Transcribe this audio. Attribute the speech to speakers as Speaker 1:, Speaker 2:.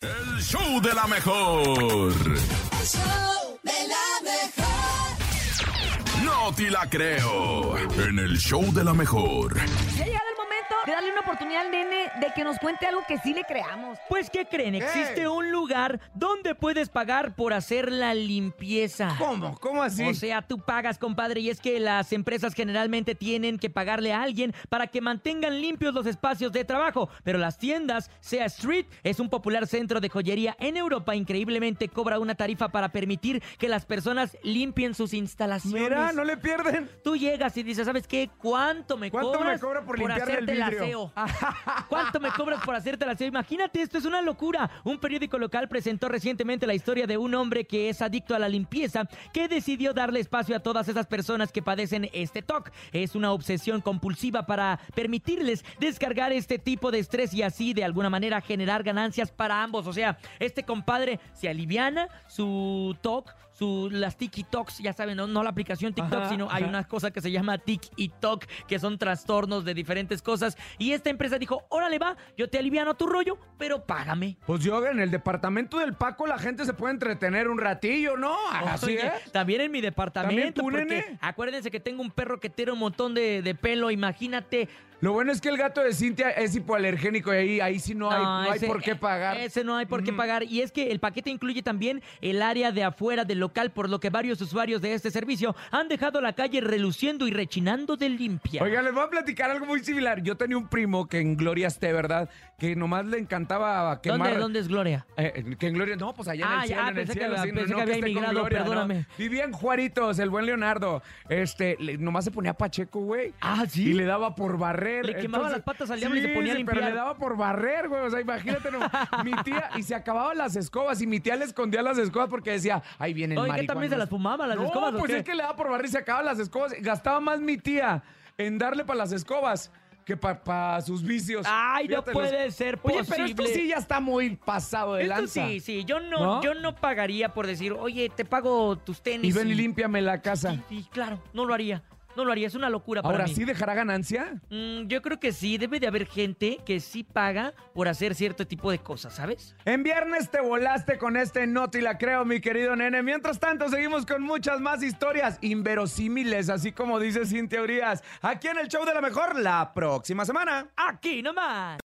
Speaker 1: El show de la mejor.
Speaker 2: El show de la mejor.
Speaker 1: No te la creo. En el show de la mejor.
Speaker 3: Ya ha llegado el momento de darle una oportunidad al nene de que nos cuente algo que sí le creamos.
Speaker 4: Pues, ¿qué creen? Existe un lugar donde puedes pagar por hacer la limpieza.
Speaker 5: ¿Cómo? ¿Cómo así?
Speaker 4: O sea, tú pagas, compadre, y es que las empresas generalmente tienen que pagarle a alguien para que mantengan limpios los espacios de trabajo. Pero las tiendas, sea Street, es un popular centro de joyería en Europa, increíblemente cobra una tarifa para permitir que las personas limpien sus instalaciones.
Speaker 5: Mira, no le pierden.
Speaker 4: Tú llegas y dices, ¿sabes qué? ¿Cuánto me
Speaker 5: ¿Cuánto
Speaker 4: cobras
Speaker 5: me cobra por limpiarle el
Speaker 4: hacerte el
Speaker 5: vidrio?
Speaker 4: aseo? ¿Cuánto me cobras por hacerte el aseo? Imagínate, esto es una locura. Un periódico local presentó recientemente la historia de un hombre que es adicto a la limpieza, que decidió darle espacio a todas esas personas que padecen este TOC. Es una obsesión compulsiva para permitirles descargar este tipo de estrés y así de alguna manera generar ganancias para ambos. O sea, este compadre se aliviana su TOC, su, las TikToks, ya saben, no, no la aplicación TikTok,
Speaker 5: Ajá,
Speaker 4: sino hay
Speaker 5: ajá.
Speaker 4: una cosa que se llama Tic y Toc, que son trastornos de diferentes cosas. Y esta empresa dijo, órale va, yo te aliviano tu rollo, pero págame.
Speaker 5: Pues yo, en el departamento del Paco la gente se puede entretener un ratillo, ¿no? Ah, Así
Speaker 4: Oye,
Speaker 5: es.
Speaker 4: También en mi departamento.
Speaker 5: tú,
Speaker 4: porque
Speaker 5: nene?
Speaker 4: Acuérdense que tengo un perro que tiene un montón de, de pelo. Imagínate.
Speaker 5: Lo bueno es que el gato de Cintia es hipoalergénico y ahí, ahí sí no hay, no hay
Speaker 4: Ah, ese- e,
Speaker 5: por qué pagar. Mm.
Speaker 4: Ese no hay por qué
Speaker 5: Ujú.
Speaker 4: pagar. Y es que el paquete incluye también el área de afuera del local, por lo que varios usuarios de este servicio han dejado la calle reluciendo y rechinando de limpia.
Speaker 5: Oigan, les voy a platicar algo muy similar. Yo tenía un primo que en Gloria esté, ¿verdad? Que nomás le encantaba quemar.
Speaker 4: ¿Dónde, ¿Dónde es Gloria?
Speaker 5: Eh, que en Gloria, no, pues allá en
Speaker 4: Ah,
Speaker 5: el
Speaker 4: ya,
Speaker 5: cielo, en el
Speaker 4: pensé que
Speaker 5: cielo,
Speaker 4: había-
Speaker 5: sí, no,
Speaker 4: pensé
Speaker 5: no,
Speaker 4: que había
Speaker 5: esté con
Speaker 4: emigrado,
Speaker 5: Gloria, no.
Speaker 4: perdóname.
Speaker 5: Vivía en Juaritos, el buen Leonardo. Este, le- nomás se ponía Pacheco, güey.
Speaker 4: Ah,
Speaker 5: Y le daba por barrer.
Speaker 4: Le quemaba las patas al diablo y se ponía a
Speaker 5: sí,
Speaker 4: limpiar.
Speaker 5: Pero le daba por barrer, güey. O sea, imagínate, no, mi tía, y se acababan las escobas, y mi tía le escondía las escobas porque decía, ahí viene el
Speaker 4: Oye, ¿qué también se las fumaba, las
Speaker 5: no,
Speaker 4: escobas, o
Speaker 5: Pues
Speaker 4: qué?
Speaker 5: es que le daba por barrer y se acababan las escobas. Gastaba más mi tía en darle para las escobas que para sus vicios.
Speaker 4: Ay, no
Speaker 5: Fíjate,
Speaker 4: puede ser
Speaker 5: Oye, pero esto
Speaker 4: posible.
Speaker 5: sí ya está muy pasado de
Speaker 4: Esto
Speaker 5: lanza.
Speaker 4: sí, sí, yo no,
Speaker 5: ¿No?
Speaker 4: yo no pagaría por decir, oye, te pago tus tenis.
Speaker 5: Y ven y límpiame la casa.
Speaker 4: Y, y claro, no lo haría, no lo haría, es una locura para
Speaker 5: Ahora
Speaker 4: mí.
Speaker 5: sí dejará ganancia.
Speaker 4: Mm, yo creo que sí, debe de haber gente que sí paga por hacer cierto tipo de cosas, ¿sabes?
Speaker 5: En viernes te volaste con este no te la creo, mi querido nene. Mientras tanto, seguimos con muchas más historias inverosímiles, así como dice Cintia Urias. Aquí en el show de la mejor, la próxima semana.
Speaker 4: Aquí nomás.